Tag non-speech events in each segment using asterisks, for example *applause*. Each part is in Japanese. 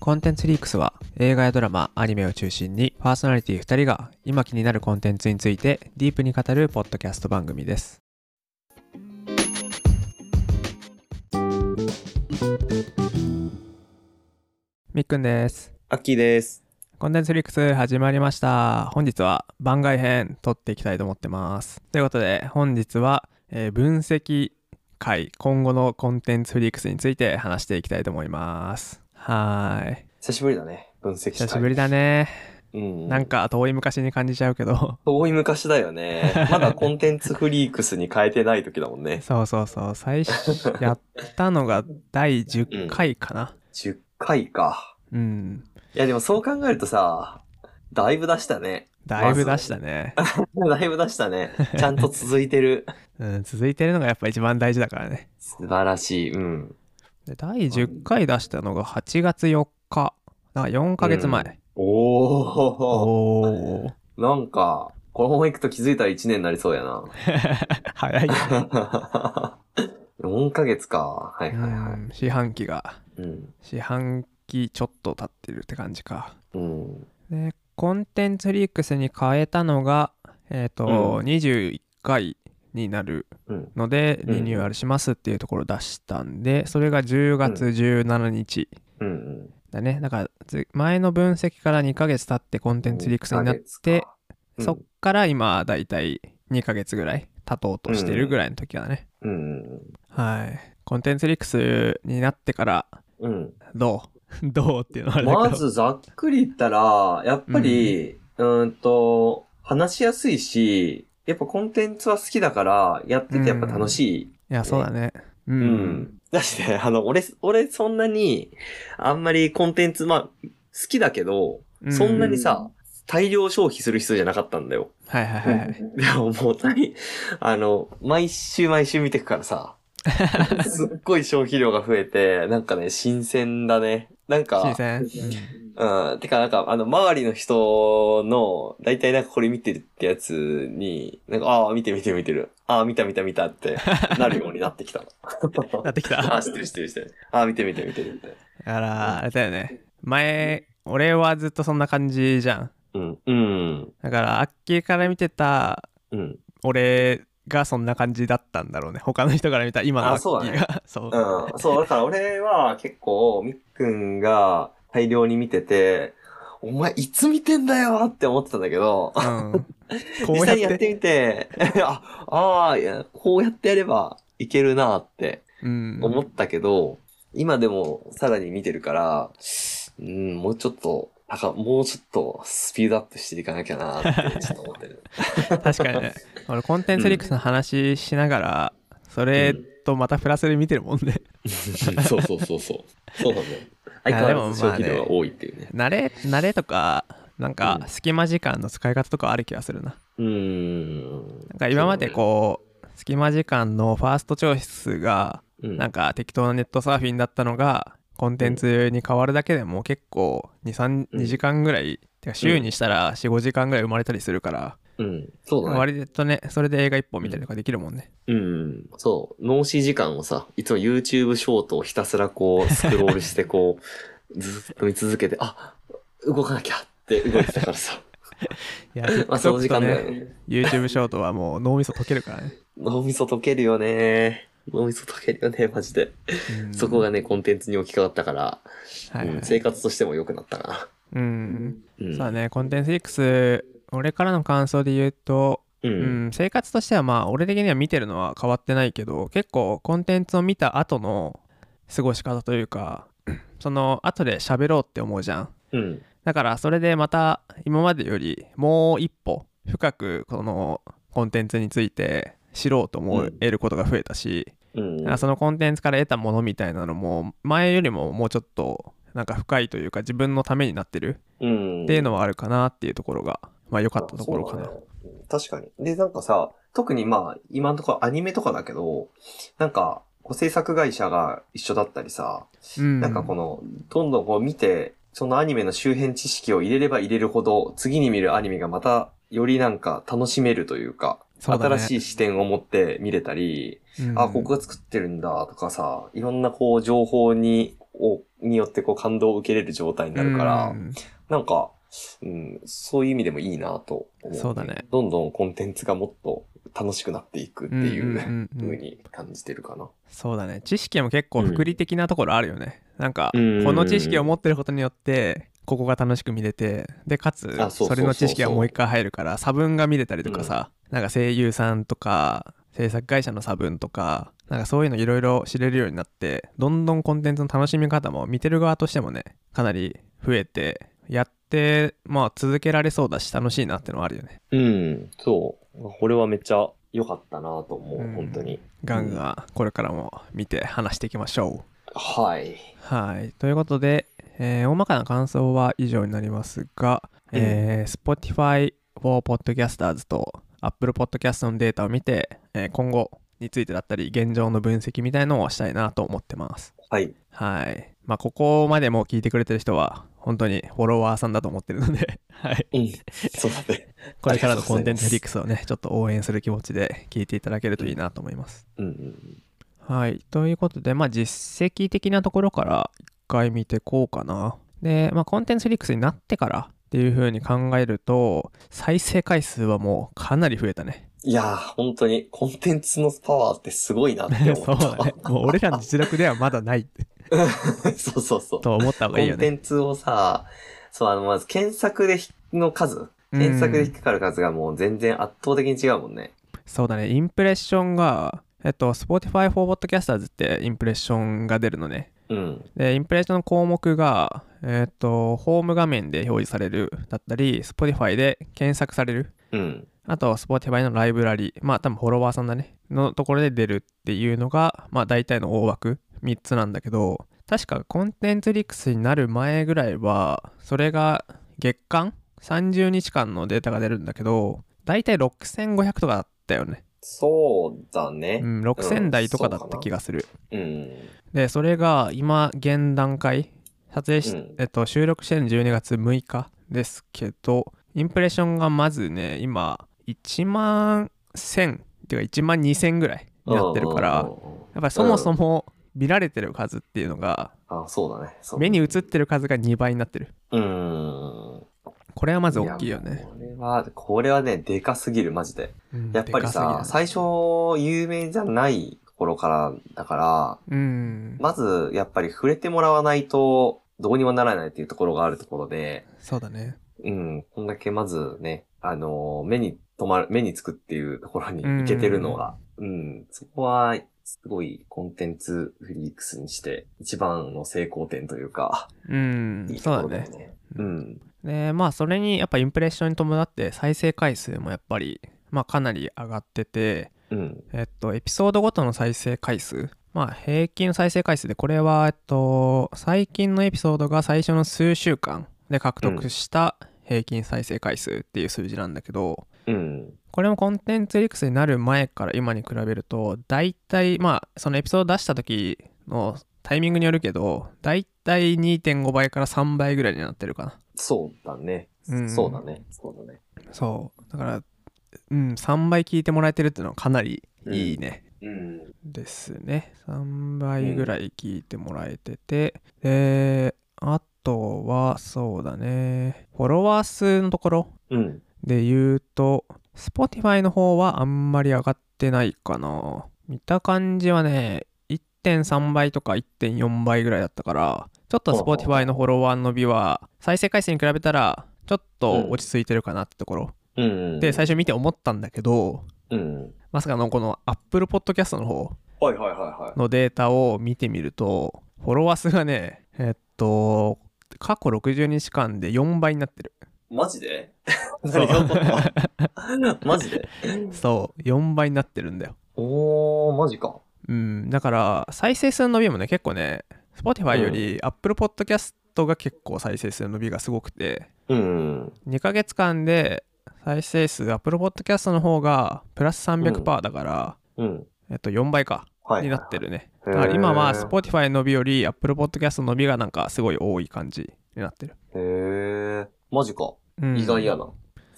コンテンツリークスは映画やドラマ、アニメを中心にパーソナリティ2人が今気になるコンテンツについてディープに語るポッドキャスト番組です。みっくんです。アッキーです。コンテンツリークス始まりました。本日は番外編撮っていきたいと思ってます。ということで本日は、えー分析会今後のコンテンツフリークスについて話していきたいと思います。はーい。久しぶりだね。分析久しぶりだね、り。うん。なんか遠い昔に感じちゃうけど *laughs* 遠い昔だよね。まだコンテンツフリークスに変えてない時だもんね。そうそうそう最初やったのが第10回かな10回か。うん、いやでもそう考えるとさ、だいぶ出したね。 *laughs* だいぶ出したね、だいぶ出したね。ちゃんと続いて *laughs* る。うん、続いてるのがやっぱ一番大事だからね素晴らしい。うん。で第10回出したのが8月4日だから4ヶ月前、おー。おおなんか、このまま行くと気づいたら1年になりそうやな。 *laughs* *laughs* 早いよ、 4ヶ月か。はいうはいはん、四半期がい。うん。四半期ちょっと経ってるって感じかうん。でコンテンツリークスに変えたのが、えーとう21回になるうん。のでうんリニューアルしますっていうところを出したんで、それが10月17日うんうん。だねだからつ前の分析から2ヶ月経ってコンテンツリークスになっ4ヶ月てか、うんそっから今だいたい2ヶ月ぐらい経とうとしてるぐらいの時だね、うん。はいコンテンツリークスになってからうん。どう *laughs* どうっていうのはあれだけどまずざっくり言ったら、やっぱり、うーんと、話しやすいし、やっぱコンテンツは好きだから、やっててやっぱ楽しい。いやそうだねう、うんだしね、あの、俺、俺そんなに、あんまりコンテンツ、まあ、好きだけど、うそんなにさ、大量消費する人じゃなかったんだよ。はいはいはいはい、でももう大、あの、毎週毎週見てくから *laughs* さ、すっごい消費量が増えて、なんかね、新鮮だね。なんか、新鮮、うん。てか、なんか、あの、周りの人の、だいたいなんかこれ見てるってやつに、なんか、ああ、見て見て見てる。ああ、見た見た見たって、なるようになっ *laughs* てきたの。うん、なってきたああ、知ってる知ってる知ってる。ああ、見て見て見てるって。だからあれだよね前俺はずっとそんな感じじゃんうん。うん。だからアッキーから見てた *laughs* うん。俺がそんな感じだったんだろうね他の人から見た今のアあそうッキだねーがそう,、うん。そう、だから俺は結構、みっくんが大量に見てて、お前いつ見てんだよって思ってたんだけど、うん、こ実うやっ際てにやってみて、 *laughs* あ、ああ、いやこうやってやればいけるなってうん、思ったけど、今でもさらに見てるから、うん、もうちょっと、高もうちょっとスピードアップしていかなきゃなって、ちょっと思ってる。確かにね俺コンテンツリックスの話しながら、それとまたプラスで見てるもんね *laughs* そうそうそうそう。そうなんだよ。相変わらずいや消でもまあね費量が多いっていうね。慣れ慣れとかなんかうん隙間時間の使い方とかある気がするなうーん。なんか今までこう隙間時間のファーストチョイスがう、うん、なんか適当なネットサーフィンだったのがコンテンツに変わるだけでも結構うん232時間ぐらい、てか週にしたら45時間ぐらい生まれたりするから、うん。そうだね。割とねそれで映画1本見たりとかできるもんね、うん。そう。脳死時間をさ、いつも YouTube ショートをひたすらこう、スクロールしてこう、 *laughs* ずっと見続けて、あ、動かなきゃって動いてたか *laughs* らさ。いやまあその時 TikTok と間だよねね。 YouTube ショートはもう脳みそ溶けるからね、脳みそ溶けるよね。脳みそ溶けるよね、マジで。うんそこがね、コンテンツに置き換わったから、はいはいうん生活としても良くなったかうん、な。うん。そうだねコンテンツ X 俺からの感想で言うと、ううんん。生活としてはまあ俺的には見てるのは変わってないけど結構コンテンツを見た後の過ごし方というか *clears throat* その後で喋ろうって思うじゃんうん。だからそれでまた今までよりもう一歩深くこのコンテンツについて知ろうと思うんえることが増えたし、うん。そのコンテンツから得たものみたいなのも前よりももうちょっとなんか深いというか自分のためになってるうん。っていうのはあるかなっていうところがまあ良かったところかな。そうだね確かに。で、なんかさ、特にまあ、今のところアニメとかだけど、なんか、こう制作会社が一緒だったりさ、うんなんかこの、どんどんこう見て、そのアニメの周辺知識を入れれば入れるほど、次に見るアニメがまた、よりなんか楽しめるというか、そうだね新しい視点を持って見れたり、うんあ、ここが作ってるんだとかさ、いろんなこう情報に、をによってこう感動を受けれる状態になるから、うんなんか、うん、そういう意味でもいいなと思そうだね。どんどんコンテンツがもっと楽しくなっていくっていううんうんうんうん風に感じてるかな。そうだね知識も結構福利的なところあるよね、なんかこうんの知識を持ってることによってここが楽しく見れてでかつあそうそうそうそうそれの知識がもう一回入るから差分が見れたりとかさ、なんか声優さんとか制作会社の差分とかなんかそういうのいろいろ知れるようになってどんどんコンテンツの楽しみ方も見てる側としてもねかなり増えてやってまあ続けられそうだし楽しいなってのはあるよねうん、そう。これはめっちゃ良かったなと思う、うん本当に。ガンガンこれからも見て話していきましょうはい。はい。ということで、えー大まかな感想は以上になりますが、えー Spotify for Podcasters と Apple Podcast のデータを見て、えー今後についてだったり、現状の分析みたいのをしたいなと思ってます。はい。はい。まあ、ここまでもう聞いてくれてる人は、本当にフォロワーさんだと思ってるので、 *laughs* はい。うん。そうだね。これからのコありがとうございますン *laughs* テンツフリックスをね、ちょっと応援する気持ちで聞いていただけるといいなと思います。うんうん。はい。ということで、まあ、実績的なところから一回見てこうかな。で、まあ、コンテンツリックスになってからっていう風に考えると、再生回数はもうかなり増えたね。いやー、本当にコンテンツのパワーってすごいなって *laughs* *laughs* そ思うった。だね。もう俺らの実力ではまだない *laughs* そうそうそう。と思った方がいいコよンテね。ンツをさ、そう、あの、まず検索でひ、の数検索で引っかかる数がもう全然圧倒的に違うもんね。そうだね。インプレッションが、えっと、Spotify for Podcasters ってインプレッションが出るのね。うん。で、インプレッションの項目が、えっと、ホーム画面で表示されるだったり、Spotify で検索されるうん。あと、Spotify のライブラリー、まあ多分フォロワーさんだね、のところで出るっていうのが、まあ大体の大枠3つなんだけど、確かコンテンツリックスになる前ぐらいは、それが月間30日間のデータが出るんだけど、大体6500とかだったよね。そうだねう。ん、6000台とかだそっうかたな気がする。うん。で、それが今、現段階、撮影し、うんえっと、収録してるの12月6日ですけど、インプレッションがまずね、今、1万1000っていうか1万2000ぐらいになってるから、うんやっうんうんうぱんりそもそも見られてる数っていうのが、あ、そうだね。そう目に映ってる数が2倍になってる。うん。これはまず大きいよね。これは、これはね、でかすぎる、マジで。うんやっぱりさ、、最初、有名じゃないところから、だから、でかすぎるうん、まず、やっぱり触れてもらわないと、どうにもならないっていうところがあるところで、そうだね。うん、こんだけまずね、あのー、目に止まる、目につくっていうところに行けてるのが、うん、そこは、すごいコンテンツフリークスにして、一番の成功点というか、うんい、いとそうころだだねよ。ね。うん。でまあそれにやっぱインプレッションに伴って再生回数もやっぱり、まあ、かなり上がっててうん。えっとエピソードごとの再生回数まあ平均再生回数でこれはえっと最近のエピソードが最初の数週間で獲得した平均再生回数っていう数字なんだけど、うん。これもコンテンツリックスになる前から今に比べると大体まあそのエピソード出した時のタイミングによるけど大体2.5倍から3倍ぐらいになってるかなそうだね。うんそうだね。そうだね。そうだからうん3倍聞いてもらえてるっていうのはかなりいいね、うん。ですね3倍ぐらい聞いてもらえてて、であとはそうだねフォロワー数のところうん。で言うと Spotify の方はあんまり上がってないかな見た感じはね1.3倍とか1.4倍ぐらいだったからちょっとほうほう Spotify のフォロワーの伸びは再生回数に比べたらちょっと落ち着いてるかなってところ、うん。で最初見て思ったんだけどうん。まさかのこの Apple Podcast の方はいはいはいはい。のデータを見てみるとフォロワー数がねえっと過去60日間で4倍になってるマジでそう *laughs* 何が起こった *laughs* マジでそう4倍になってるんだよおー、マジか。うんだから再生数の伸びもね結構ね Spotify より Apple Podcast が結構再生数の伸びがすごくてうん。 2ヶ月間で再生数 Apple Podcast の方がプラス300%だから、うん。えっと4倍かはい。になってるね。へだーから今は Spotify の伸びより Apple Podcast の伸びがなんかすごい多い感じになってる。へえ。マジか。うん意外やな。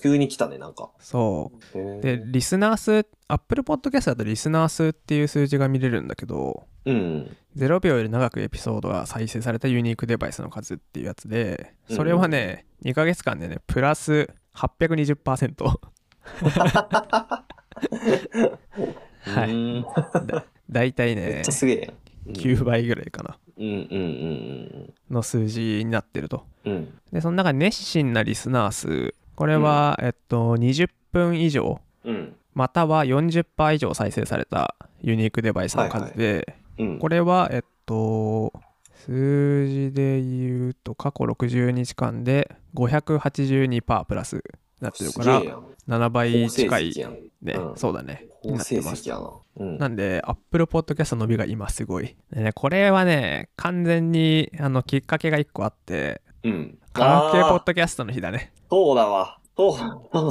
急に来たね、なんか。そうへうーでリスナー数 Apple Podcast だとリスナー数っていう数字が見れるんだけどうん。 0秒より長くエピソードが再生されたユニークデバイスの数っていうやつでそれはね2ヶ月間でねプラス820%はいうーんだいたいめねっちゃすげえやん。うん9倍ぐらいかなうんうんの数字になってるとうんうん。うん。でその中に熱心なリスナー数これは、えっと20分以上うん。または40%以上再生されたユニークデバイスの数で、うん。これはえっと数字で言うと過去60日間で582%プラスになってるかすげえらやん。 7倍近好成績いやん。ね、うんそうだねに好なっ成てます績やな。うん。なんで Apple Podcast の伸びが今すごい、でね、これはね完全にあのきっかけが1個あってうん。科学系あーポッドキャストの日だねそうだわ。そう、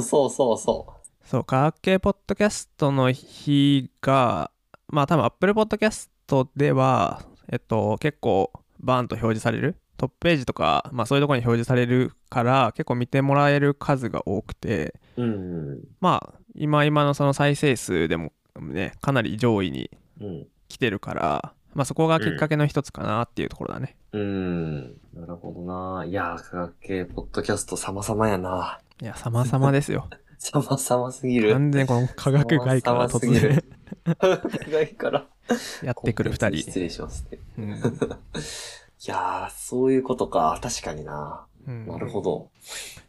*laughs* そうそうそそう、科学系ポッドキャストの日が、まあ多分 Apple Podcast では、えっと、結構バーンと表示される、トップページとか、まあそういうところに表示されるから、結構見てもらえる数が多くて、う。うん。まあ今今のその再生数でもね、かなり上位にうん。来てるから、まあそこがきっかけの一つかなっていうところだね。うん。なるほどな。いやー、科学系ポッドキャスト様々やな。いや、様々です *laughs* よ。様々すぎる。完全にこの科学外から突様々すぎ然る科学外から。やってくるコンテ2ンツ失人。礼しますね。うんいやー、そういうことか。確かにな。うんなるほど。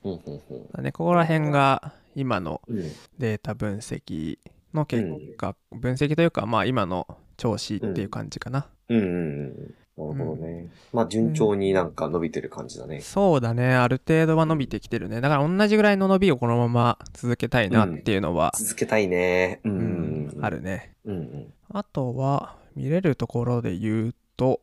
うん、うん、うんだね、ここら辺が今のうん。データ分析の結果、分析というかまあ今の調子っていう感じかな、うんうんうん。なるほどね。まあ、順調になんか伸びてる感じだね。そうだねある程度は伸びてきてるねだから同じぐらいの伸びをこのまま続けたいなっていうのは、続けたいね。ううんん。あ。るねうんうん。あとは見れるところで言うと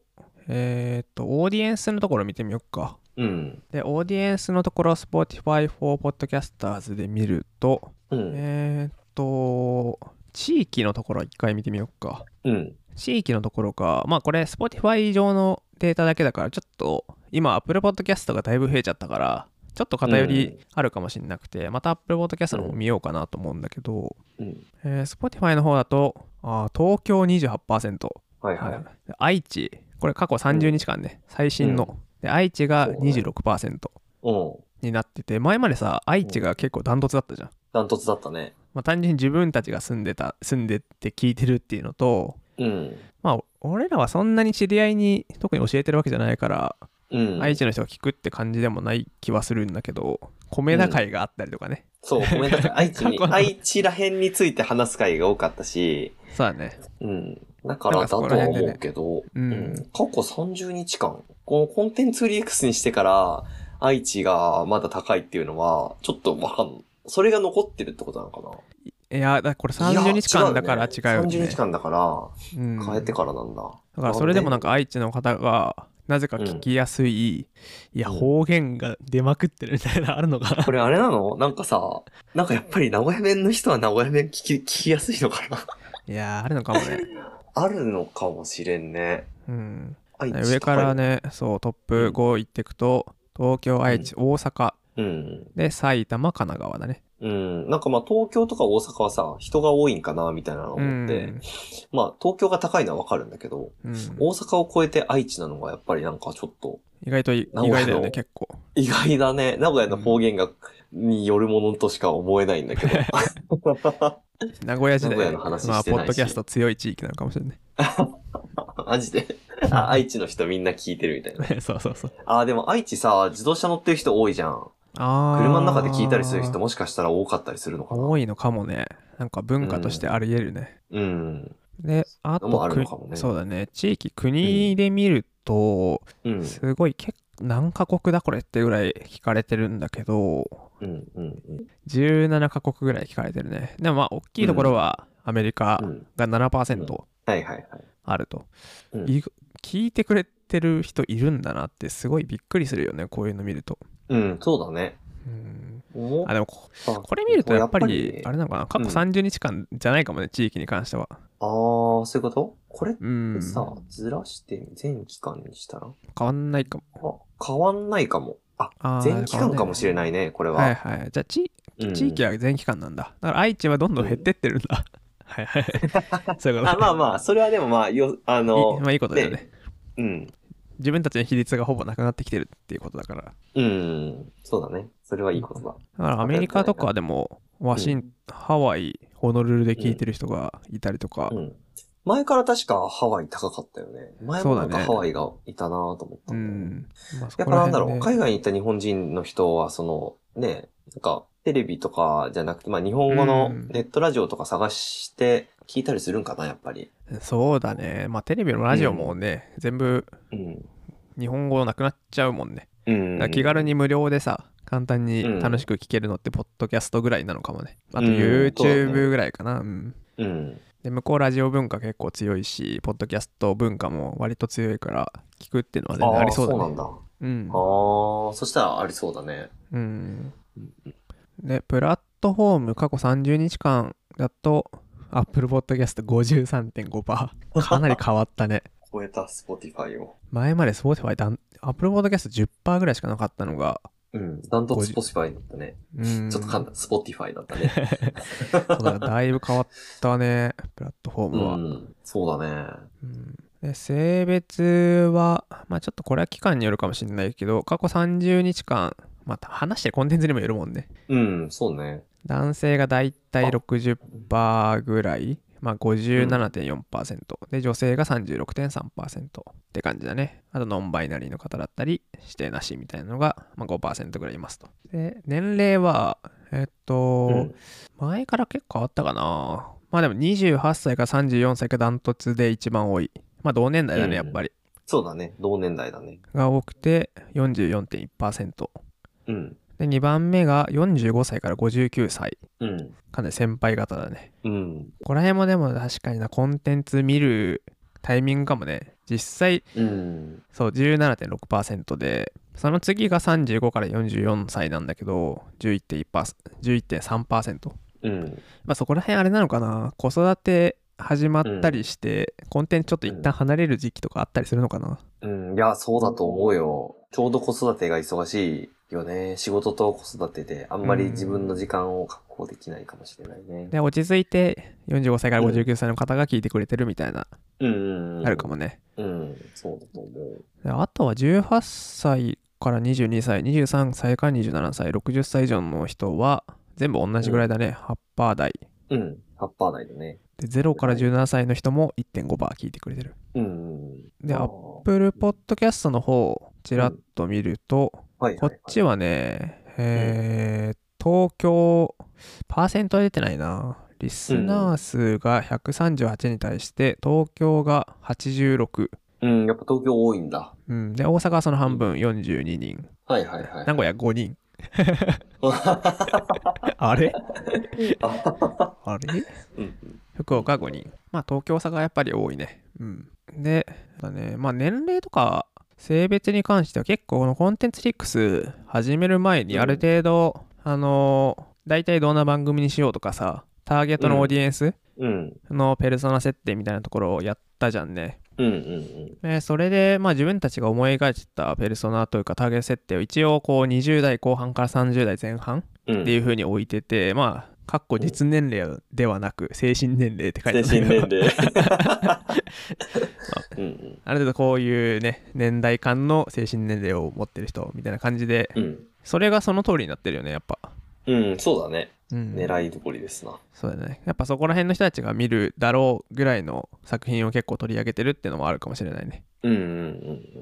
えっ、とオーディエンスのところ見てみようかうん。でオーディエンスのところ Spotify for Podcasters で見るとうん。えっ、と地域のところ一回見てみようかうん。地域のところか、まあこれ Spotify 上のデータだけだから、ちょっと今 Apple Podcast がだいぶ増えちゃったから、ちょっと偏りあるかもしれなくて、また Apple Podcast の方見ようかなと思うんだけど、うん。えー Spotify の方だと、あー東京28%、はいはい。で愛知、これ過去30日間ね、最新の、で愛知が26%うん。になってて、前までさ、愛知が結構ダントツだったじゃん。ダントツだったね。まあ単純に自分たちが住んでた、住んでて聞いてるっていうのと、うん。まあ俺らはそんなに知り合いに特に教えてるわけじゃないから、うん。愛知の人が聞くって感じでもない気はするんだけど米田会があったりとかね、そう、ごめんなさい。愛知 *laughs* に過去、の愛知ら辺について話す会が多かったし、そうだねうん。だかならんかだとそこはら辺でね思うけど、うん過去30日間、このコンテンツ 3X にしてから、愛知がまだ高いっていうのは、ちょっとわかんない。それが残ってるってことなのかないやだこれいや30日間だから違うよね。ね30日間だから、うん変えてからなんだ。だからそれでもなんか。か愛知の方がなぜか聞きやすい、いやうん方言が出まくってるみたいなのあるのかなこれあれなのなんかさ、なんかやっぱり名古屋弁の人は名古屋弁聞き、聞きやすいのかな *laughs* *laughs* いやーあるのかもね、あるのかもしれんね。うん、愛知上から。ねそうトップ5行ってくと東京愛知、大阪うん。で埼玉神奈川だねうん。なんかまあ東京とか大阪はさ、人が多いんかな、みたいなのを思って、うんまあ東京が高いのはわかるんだけど、うん、大阪を超えて愛知なのがやっぱりなんかちょっと意外とい名意古屋の外だよね結構意外だね。名古屋の方言が、によるものとしか思えないん *laughs* だけど。名古屋時代名古屋の話まあしてポないッしドキャスト強い地域なのかもしれないマジで。 *laughs* あ、愛知の人みんな聞いてるみたいな。ねそうそうそう。あ、でも愛知さ、自動車乗ってる人多いじゃん。あ車の中で聞いたりする人もしかしたら多かったりするのかな。多いのかもね。なんか文化としてあり得るね。うん。で、あともあるのかもねくそうだね。地域、国で見ると、うん。すごい結構、何カ国だこれってぐらい聞かれてるんだけど、うん。うん。 17カ国ぐらい聞かれてるね。でもまあ、大きいところはアメリカうん。が7%はいはいはい。あると。うんい聞いてくれてる人いるんだなって、すごいびっくりするよね、こういうの見ると。うん、そうだね。うんおあでもこあこれ見るとやっぱやりっぱあれねなのかな過去うん30日間じゃないかもね、地域に関してはあー、そういうことこれっうんてさ、ずらして全期間にしたら変わんないかもあ、変わんないかも。あ、あー全期間かもしれないね、これ変わんないは。ねはいはいじゃあ地うん地域は全期間なんだ。だから愛知はどんどん減ってってるんだ。はいはい。そういうこと *laughs* あまあまあ、それはでもまあ、よ、あいのま、あいいことだよね。うん。自分たちの比率がほぼなくなってきてるっていうことだから。うん。そうだね。それはいいことだ。だからアメリカとかでも、ワシン、ハワイ、ホノルルで聞いてる人がいたりとかう、ん。前から確かハワイ高かったよね。前もなそんかうだねハワイがいたなぁと思ったうんだよね、ん。まあそやっこぱらなんだ辺ろう、で海外に行った日本人の人は、その、ね、なんか、テレビとかじゃなくて、まあ日本語のうんネットラジオとか探して聞いたりするんかな、やっぱり。そうだね。まあテレビもラジオもね、全部うん。日本語なくなっちゃうもんね。うんだから気軽に無料でさ、簡単に楽しく聞けるのって、ポッドキャストぐらいなのかもね。あとうんそうだね YouTube ぐらいかな。うん。うん。で向こうラジオ文化結構強いしポッドキャスト文化も割と強いから聞くっていうのは全然ありそうだあーそうなねんだ。あうんあー、そしたらありそうだね。うんでプラットフォーム過去30日間だと Apple Podcast53.5% かなり変わったね超えた Spotify を。前まで Spotify だん Apple Podcast10% ぐらいしかなかったのがうん。ダントツ50 Spotify だったね。うんちょっと噛んだ。Spotify だったね。 *laughs* そうだだいぶ変わったねプラットフォーうムは、ん。そうだね。うんで性別は、まあ、ちょっとこれは期間によるかもしれないけど過去30日間、まあ、話してるコンテンツにもよるもんねうん、そうね。男性がだいたい60%ぐらい、まあ、57.4%、で女性が36.3%って感じだねあとノンバイナリーの方だったり指定なしみたいなのが、まあ、5%ぐらいいますとで年齢はえっと、うん前から結構あったかなまあでも28歳から34歳がダントツで一番多いまあ同年代だうんねやっぱり、そうだね。同年代だね。が多くて44.1%うん。で2番目が45歳から59歳うん。かなり先輩方だねうん。ここら辺もでも確かになコンテンツ見るタイミングかもね実際うん。そう17.6%でその次が35から44歳なんだけど11.1% 11.3%うん。まあそこら辺あれなのかな子育て始まったりして、コンテンツちょっと一旦離れる時期とかあったりするのかな、うん、いや、そうだと思うよ。ちょうど子育てが忙しいよね。仕事と子育てで、あんまり自分の時間を確保できないかもしれないね。で落ち着いて45歳から59歳の方が聞いてくれてるみたいな、うんうんうん。あるかもねうん、そうだと思う。であとは18歳から22歳23歳から27歳60歳以上の人は全部同じぐらいだね、8%台うん、8%台だね。で0から17歳の人も1.5%聞いてくれてるうんうん。であー Apple Podcast の方ちらっと見ると、はいはいこはいっちはね、えー東京、パーセントは出てないな。リスナー数が138に対して、東京が86。うん、やっぱ東京多いんだ。うん、で、大阪はその半分、42人。はいはいはい。名古屋5人。か *laughs* あれあれうん福岡5人。まあ、東京、大阪はやっぱり多いね。うん。で、だね、まあ、年齢とか、性別に関しては結構このコンテンツリックス始める前にうんある程度、あのー大体どんな番組にしようとかさターゲットのオーディエンスうん。のペルソナ設定みたいなところをやったじゃんね、うんうんでそれでまあ自分たちが思い描いてたペルソナというかターゲット設定を一応こう20代後半から30代前半うん。うんっていう風に置いてて、まあかっこ実年齢ではなく精神年齢って書いてあ精るんだけ神ど年齢。うんうん *laughs* ある程度こういうね年代間の精神年齢を持ってる人みたいな感じでうん。それがその通りになってるよねやっぱ、うん、そうだね。うん、狙いどこりですな。そうだねやっぱそこら辺の人たちが見るだろうぐらいの作品を結構取り上げてるっていうのもあるかもしれないねうんうんうんう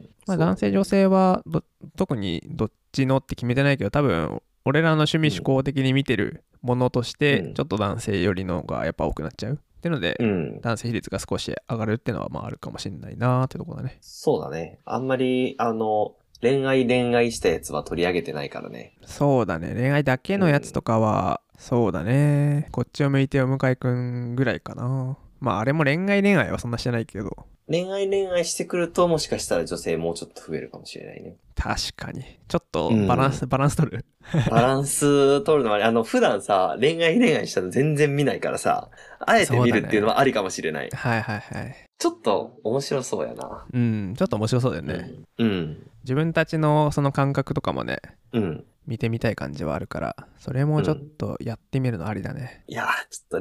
ん。まあそう男性女性はど特にどっちのって決めてないけど多分俺らの趣味うん趣向的に見てるものとしうてんちょっと男性寄りのがやっぱ多くなっちゃうっていうので、うん。男性比率が少し上がるっていうのはまああるかもしれないなーってとこだねそうだね。あんまり、あの、恋愛恋愛したやつは取り上げてないからね。そうだね恋愛だけのやつとかは、そうだねこっちを向いてよ向井くんぐらいかなまああれも恋愛恋愛はそんなしてないけど恋愛恋愛してくると、もしかしたら女性もうちょっと増えるかもしれないね。確かにちょっとうんバランス、バランス取るバランス取るのはね、あの、普段さ、恋愛恋愛したの全然見ないからさ、あえて見るっていうのはありかもしれない。はいはいはいちょっと面白そうやな。うんちょっと面白そうだよね、うん。自分たちのその感覚とかもねうん。見てみたい感じはあるから、それもちょっとやってみるのありだ *laughs* ね。いやー、ちょっと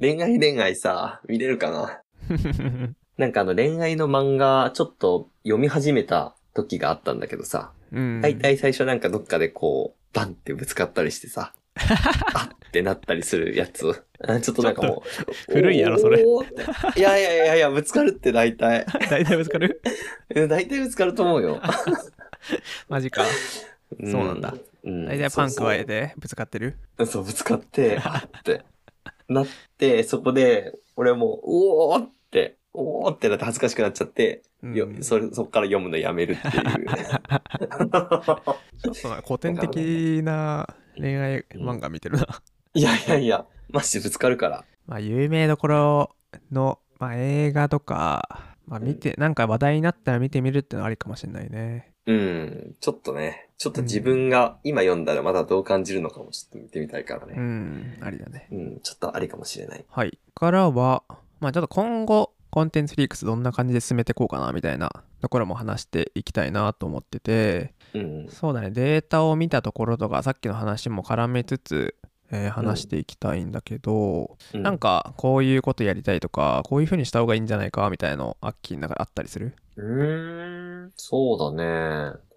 恋、恋愛恋愛さ、見れるかな。なんかあの恋愛の漫画、ちょっと読み始めた時があったんだけどさ、うん。大体最初なんかどっかでこう、バンってぶつかったりし *laughs* てさ、あってなったりするやつ。あちょっとなんかもう。古いやろそれおーっていやいやいやいや、ぶつかるって大体。大体ぶつかるえ大体ぶつかると思うよ。マジか。 *laughs* そうなんだ。うん。大体パン加えてぶつかってるそうそう。そう、ぶつかって、あって。なって、そこで、俺もう、おーって、おーってなって恥ずかしくなっちゃって、うん *laughs* よ *laughs* それ、そっから読むのやめるっていう。 *laughs* ちょっとなんか古典的な恋愛漫画見てる *laughs* な。いやいやいや、マジでぶつかるから。まあ、有名どころの、まあ、映画とか、まあ、見て、なんか話題になったら見てみるってのはありかもしれないね。うん、ちょっとね、ちょっと自分が今読んだらまだどう感じるのかもちょっと見てみたいからうね。ん、ありだね。うん、ちょっとありかもしれない。はい。からは、まあ、ちょっと今後、コンテンツフリークスどんな感じで進めていこうかなみたいなところも話していきたいなと思ってて、うん、そうだね、データを見たところとか、さっきの話も絡めつつ、えー話していきたいんだけど、うん。なんかこういうことやりたいとか、こういう風にした方がいいんじゃないかみたいなの、アッキーの中であったりするうーん、そうだね。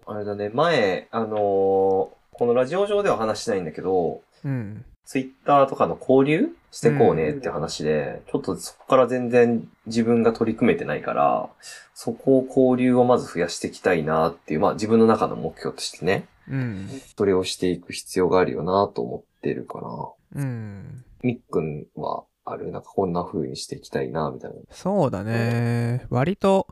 あれだね、前、あのーこのラジオ上では話しないんだけど、うん。ツイッターとかの交流してこうねって話で、ちょっとそこから全然自分が取り組めてないから、そこを交流をまず増やしていきたいなっていう、まあ自分の中の目標としてね、うん。それをしていく必要があるよなと思ってるかな。うん。みっくんは、あれ、なんかこんな風にしていきたいな、みたいな。そうだね。割と、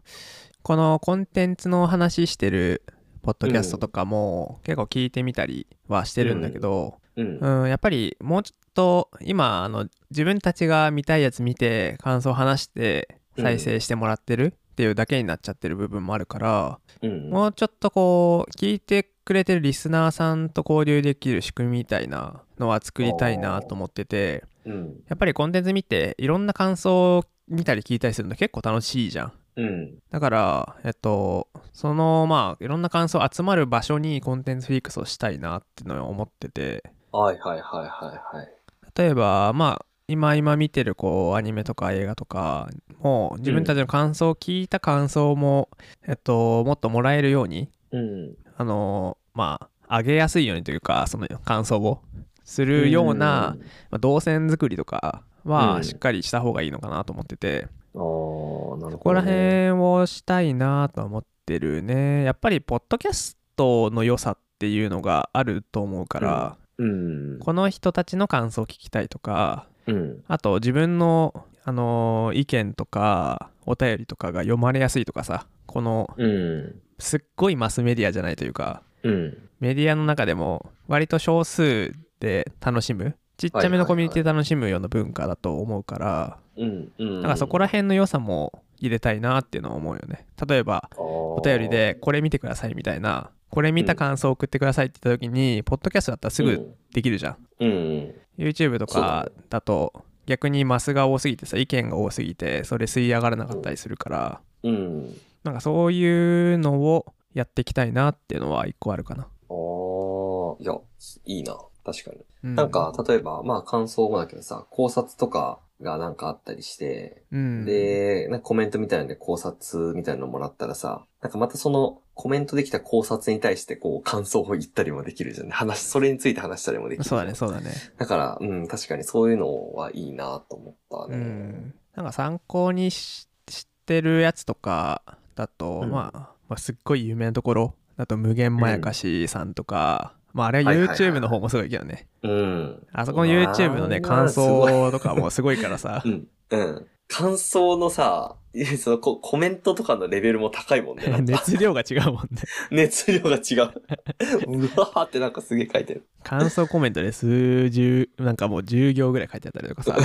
このコンテンツの話してる、ポッドキャストとかも、結構聞いてみたりはしてるんだけど、うん。うん、やっぱりもうちょっと、今、あの、自分たちが見たいやつ見て、感想話して、再生してもらってるっていうだけになっちゃってる部分もあるから、うん。もうちょっとこう、聞いてくれてるリスナーさんと交流できる仕組みみたいなのは作りたいなと思ってて、うん。やっぱりコンテンツ見ていろんな感想を見たり聞いたりするの結構楽しいじゃん。うん。だから、えっと、そのまあいろんな感想集まる場所にコンテンツフィークスをしたいなってのを思っててはいはいはいはいはい。例えばまあ今今見てるこうアニメとか映画とかも自分たちの感想を聞いた感想も、えっと、もっともらえるようにうん。あのまあ上げやすいようにというかその感想をするような、まあ、動線作りとかうはんしっかりした方がいいのかなと思ってて、うん。ああ、なるほど、ね。そこら辺をしたいなとは思ってるねやっぱりポッドキャストの良さっていうのがあると思うから、うん。この人たちの感想を聞きたいとかうん。あと自分の、あのー意見とかお便りとかが読まれやすいとかさこのうん。すっごいマスメディアじゃないというかうん。メディアの中でも割と少数で楽しむちっちゃめのコミュニティで楽しむような文化だと思うから、うん。うん。なんかそこら辺の良さも入れたいなっていうのは思うよね例えばおお便り、でこれ見てくださいみたいなこれ見た感想を送ってくださいって言った時に、ポッドキャストだったらすぐできるじゃん、うん。うん。 YouTube とかだと逆にマスが多すぎてさ意見が多すぎてそれ吸い上がらなかったりするから、うん。なんかそういうのをやっていきたいなっていうのは一個あるかな、ああ、いや、いいな。確かに。うなんか、例えば、まあ感想もだけどさ、考察とかがなんかあったりして、うん、で、なんかコメントみたいなんで考察みたいなのもらったらさ、なんかまたそのコメントできた考察に対してこう感想を言ったりもできるじゃん。話、それについて話したりもできる。そうだね。そうだねだから、うん、確かにそういうのはいいなと思ったうね。ん、なんか参考にししてるやつとかだと、うんまあ、まあすっごい有名なところだと無限まやかしさんとか、まああれははいはいはい YouTube の方もすごいけどね、うん。あそこの YouTube のねうわー感す想とかもすごいからさ *laughs* ごいうん。うん。感想のさ、 *laughs* いやそのココメントとかのレベルも高いもんね。なんか *laughs* 熱量が違うもんね *laughs* 熱量が違う。 *laughs* うわーってなんかすげえ書いてる。 *laughs* 感想コメントで数十なんかもう10行ぐらい書いてあったりとかさ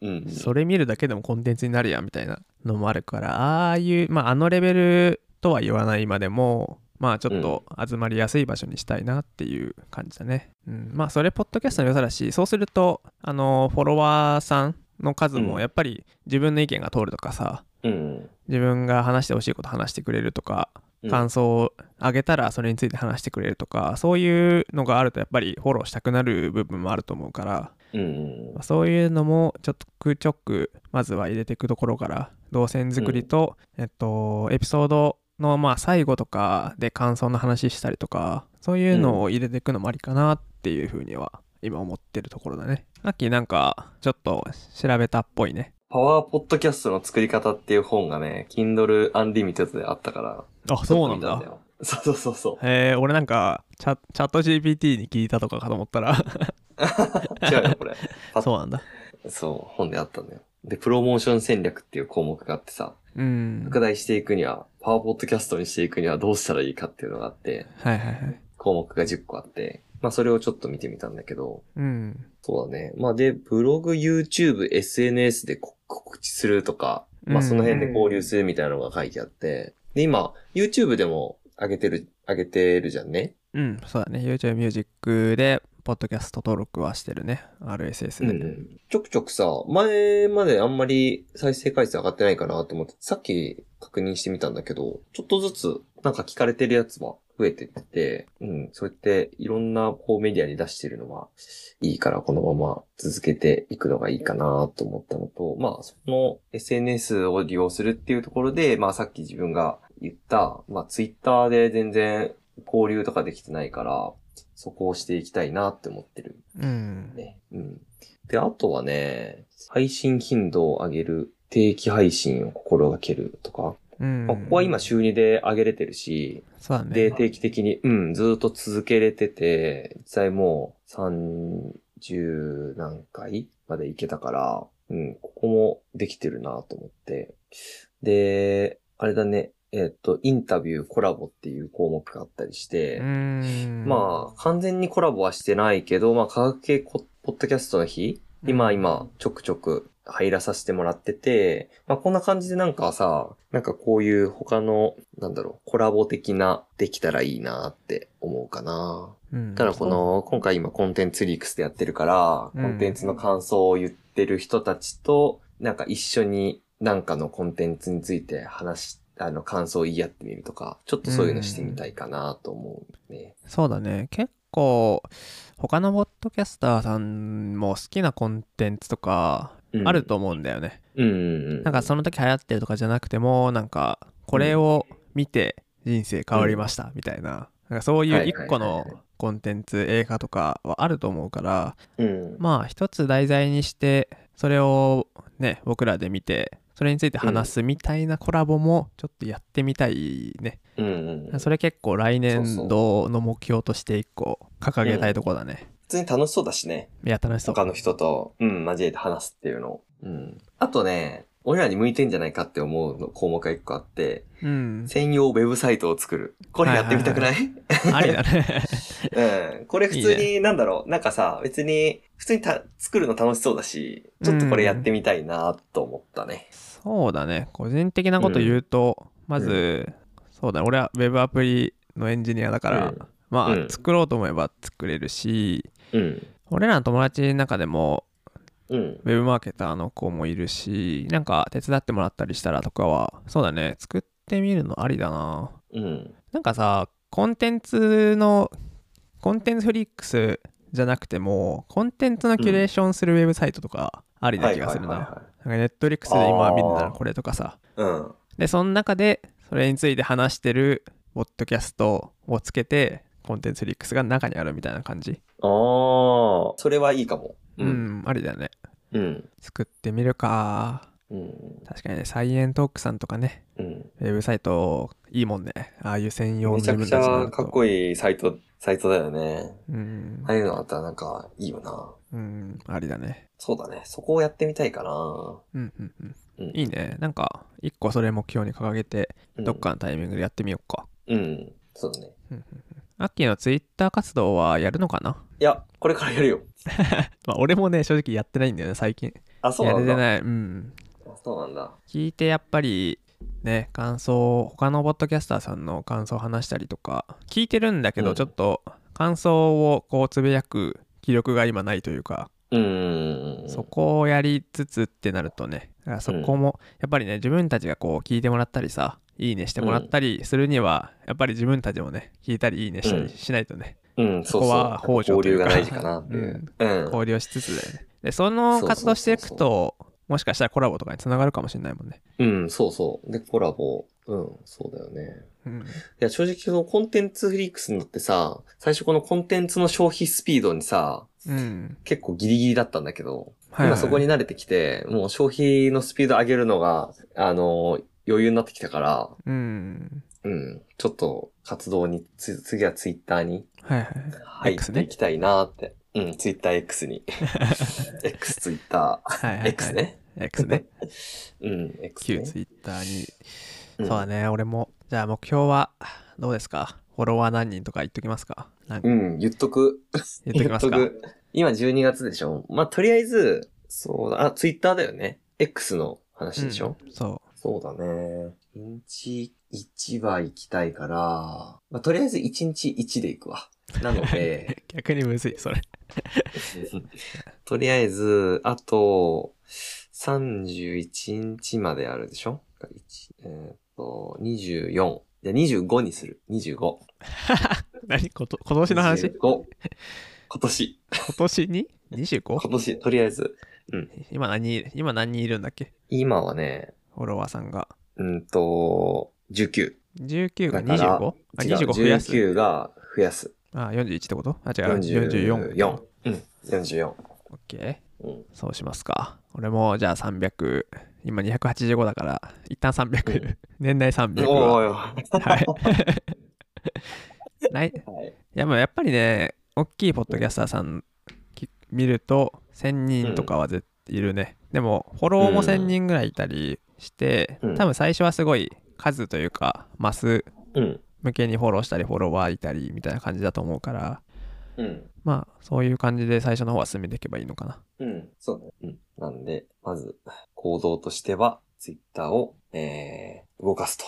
うん。それ見るだけでもコンテンツになるやんみたいなのもあるからああいうまああのレベルとは言わないまでもまあちょっと集まりやすい場所にしたいなっていう感じだね、うん、まあそれポッドキャストの良さだしそうするとあのフォロワーさんの数うもんやっぱり自分の意見が通るとかさうん。自分が話してほしいこと話してくれるとか感想をあげたらそれについて話してくれるとか、そういうのがあるとやっぱりフォローしたくなる部分もあると思うから、うんうんまあそういうのもちょっとちょくまずは入れていくところから動線作りと、えっとエピソードのまあ最後とかで感想の話したりとかそういうのを入れていくのもありかなっていうふうには今思ってるところだねさっきなんかちょっと調べたっぽいねパワーポッドキャストの作り方っていう本がね、Kindle Unlimited であったから。あそうなんちょっと見だたよ。そうそうそうそう。えー、俺なんかチャチャット GPT に聞いたとかかと思ったら違う *laughs* よ、これ。あそうなんだそう、本であったんだよ。で、プロモーション戦略っていう項目があってさ、うん拡大していくには、パワーポッドキャストにしていくにはどうしたらいいかっていうのがあって、はいはいはい項目が10個あって、まあそれをちょっと見てみたんだけど、うんそうだね。まあで、ブログ、YouTube、SNS でこ告知するとか、まあうんその辺で交流するみたいなのが書いてあって、で、今、YouTube でも上げてる、上げてるじゃんね。うん、そうだね。YouTube ミュージックで、ポッドキャスト登録はしてるね。RSS で。ちょくちょくさ、前まであんまり再生回数上がってないかなと思って、さっき確認してみたんだけど、ちょっとずつなんか聞かれてるやつは増えてってて、うん、そうやっていろんなこうメディアに出してるのはいいから、このまま続けていくのがいいかなと思ったのと、まあ、その SNS を利用するっていうところで、まあさっき自分が言った、まあ Twitter で全然交流とかできてないから、そこをしていきたいなって思ってる。うん。ね。うん。で、あとはね、配信頻度を上げる、定期配信を心がけるとか、うん。まあここは今週2で上げれてるし、そうだね。で、定期的に、うん、ずっと続けれてて、実際もう30何回までいけたから、うん、ここもできてるなと思って。で、あれだね、えっと、インタビュー、コラボっていう項目があったりして、うん。まあ、完全にコラボはしてないけど、まあ、科学系コポッドキャストの日、今、今、ちょくちょく入らさせてもらってて、まあ、こんな感じでなんかさ、なんかこういう他の、なんだろう、コラボ的な、できたらいいなって思うかな。うん、ただこの、今回今コンテンツリークスでやってるから、うんコンテンツの感想を言ってる人たちと、なんか一緒になんかのコンテンツについて話し、あの、感想を言い合ってみるとか、ちょっとそういうのしてみたいかなと思うね。そうだね。結構、他のポッドキャスターさんも好きなコンテンツとか、うんあると思うんだよね。うんうんうん。なんかその時流行ってるとかじゃなくても、なんか、これを見て人生変わりました、みたいな。なんかそういう一個はいのはいはいコンテンツ、映画とかはあると思うから、うん。まあ一つ題材にしてそれをね僕らで見てそれについて話すみたいなコラボもちょっとやってみたいね、うんうん。それ結構来年度の目標として一個掲げたいとこだね、普通に楽しそうだしね。いや楽しそう他の人と、うん、交えて話すっていうの。うん。あとね、俺らに向いてんじゃないかって思うの項目が一個あって、うん専用ウェブサイトを作る。これやってみたくない、ありだ *laughs* ねうん。これ普通に、なんだろう、なんかさ、別に、普通にた作るの楽しそうだし、ちょっとこれやってみたいなと思ったね。そうだね個人的なこと言うと、まず、そうだね俺はウェブアプリのエンジニアだから、うんまあ、うん作ろうと思えば作れるしうん。俺らの友達の中でもうん。ウェブマーケターの子もいるし、なんか手伝ってもらったりしたらとかは、そうだね、作ってみるのありだな。うん。なんかさ、コンテンツの、コンテンツフリックスじゃなくても、コンテンツのキュレーションするウェブサイトとかありな気がするな。なんかはネットリックスで今見るならこれとかさ。いはいはい。うん。で、その中で、それについて話してる、ポッドキャストをつけて、コンテンツフリックスが中にあるみたいな感じ。ああ、それはいいかも。う。ん、ありだよね。うん。作ってみるか。うん。確かにね、サイエントークさんとかね、うん。ウェブサイトいいもんね。ああいう専用のめちゃくちゃかっこいい。いいサイト、サイトだよね。うん。ああいうのあったらなんかいいよな。うん。ありだね。そうだね。そこをやってみたいかな。うんうんうん。うん、いいね。なんか、一個それ目標に掲げて、うんどっ。かのタイミングでやってみようか。うん。そうだね。アッキーのツイッター活動はやるのかないや、これからやるよ。まあ、俺もね、正直やってないんだよね、最近。あ、そうやなれんてだ。ない。うん。あそうなんだ。聞いて、やっぱり、ね、感想、他のポッドキャスターさんの感想を話したりとか、聞いてるんだけうど、んちょっと、感想をこう、つぶやく気力が今ないというか、うん。そこをやりつつってなるとね、だからそこも、やっぱりね、自分たちがこう聞いてもらったりさ、いいねしてもらったりするには、やっぱり自分たちもね聞いたりいいねしたりしないとね、うん、そうここそう。は北条交とい流うかが大事かなっていう。うん。交流をしつつだよねでその活動していくそうそうともしかしたらコラボとかにつながるかもしれないもんね、うん、そうそう。で、コラボ。うん、そうだよね。うん、いや、正直そのコンテンツフリークスになってさ、最初このコンテンツの消費スピードにさ、うん。結構ギリギリだったんだけど、はいはい今そこに慣れてきて、もう消費のスピード上げるのが、あの、余裕になってきたから、うん。うん、ちょっと活動に、つ次はツイッターにはいはい。入っ X てねいきたいなって。うん、ツイッター X *laughs* に。X ツイッタはいはい、ー、X。ね。 X ね。 *laughs* うん、X 旧ね。ツイッターに。うんそうだね、俺も。じゃあ目標はどうですかフォロワー何人とか言っときますかなんかうん、言っとく。言っときますか *laughs* 言っとく今12月でしょまあ、とりあえず、そうだ、あ、ツイッターだよね。X の話でしょ、うんそそうだね。1日1は行きたいから、まあ、とりあえず1日1で行くわ。なのう *laughs* で、。逆にむずい、それ。とりあえず、あと、31日まであるでしょ一えーっと、24。じゃあ25にする。25。何こと今年の話 ?25。今年。今年に ?25? 今年、とりあえず。今何人いる、今何人いるんだっけ今はね、フォロワーさんが。うんと、19。 19がだから 25? あ、違う25増やす。 19が増やす。あ、41ってことあ、違う、44。 44。うん、44。オッケー。うん、そうしますか。俺もじゃあ300、今285だから、一旦300、う *laughs* 年内300おは。ーよ。ははい。 *laughs* ないいい。や、もうやっぱりね、大きいポッドキャスターさんき見ると、1000人とかは絶いるね。でも、フォローも1000人ぐらいいたりして、うん多分最初はすごい数というか、マスうん。向けにフォローしたり、フォロワーいたりみたいな感じだと思うから、うん。まあ、そういう感じで最初の方は進めていけばいいのかな。うん、そうだね。うん。なんで、まず、行動としては、ツイッターを、えー、動かすと。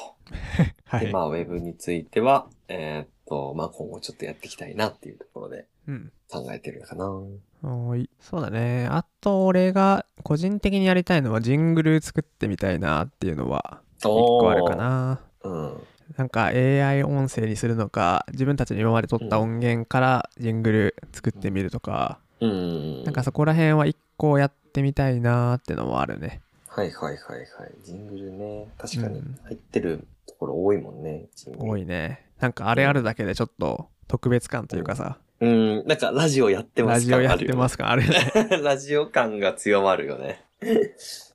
はで、まあ、ウェブについては、えーっと、まあ、今後ちょっとやっていきたいなっていうところでうん。考えてるかな。おーいそうだねあと俺が個人的にやりたいのはジングル作ってみたいなっていうのは一一個あるか。なうん。なんか AI 音声にするのか自分たちの今まで撮った音源からジングル作ってみるとか、うん。なんかそこら辺は一個やってみたいなってのもあるねはいはいはいはい。ジングルね。確かにうん入ってるところ多いもんね。ジングル多いねなんかあれあるだけでちょっと特別感というかさ、うん。なんかラジオやってまラすジオやってますかあるよね *laughs* 感あるよね *laughs* ラジオ感が強まるよね。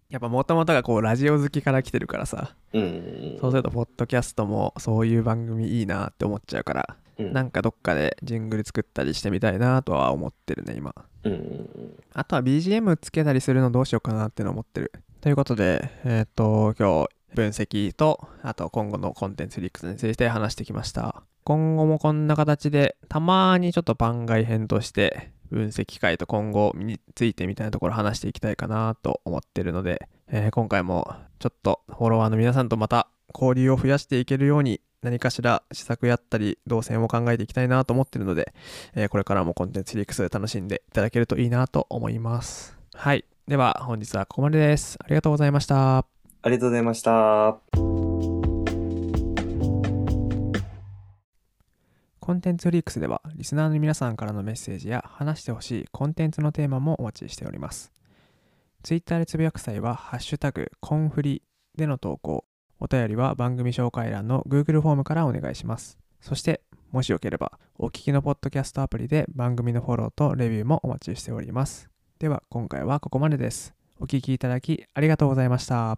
やっぱもともとがこうラジオ好きから来てるからさうん。そうするとポッドキャストもそういう番組いいなって思っちゃうからうん。なんかどっかでジングル作ったりしてみたいなとは思ってるね今うんうんうん。あとは BGM つけたりするのどうしようかなっての思ってるということでえっ、と今日分析とあと今後のコンテンツリックスについて話してきました今後もこんな形でたまにちょっと番外編として分析会と今後についてみたいなところ話していきたいかなと思ってるので、えー今回もちょっとフォロワーの皆さんとまた交流を増やしていけるように何かしら施策やったり動線を考えていきたいなと思ってるので、えーこれからもコンテンツリークス楽しんでいただけるといいなと思います。はい。では本日はここまでです。ありがとうございました。ありがとうございました。コンテンツフリークスではリスナーの皆さんからのメッセージや話してほしいコンテンツのテーマもお待ちしております。ツイッターでつぶやく際は「ハッシュタグコンフリ」での投稿、お便りは番組紹介欄の Google フォームからお願いします。そして、もしよければお聞きのポッドキャストアプリで番組のフォローとレビューもお待ちしております。では今回はここまでです。お聞きいただきありがとうございました。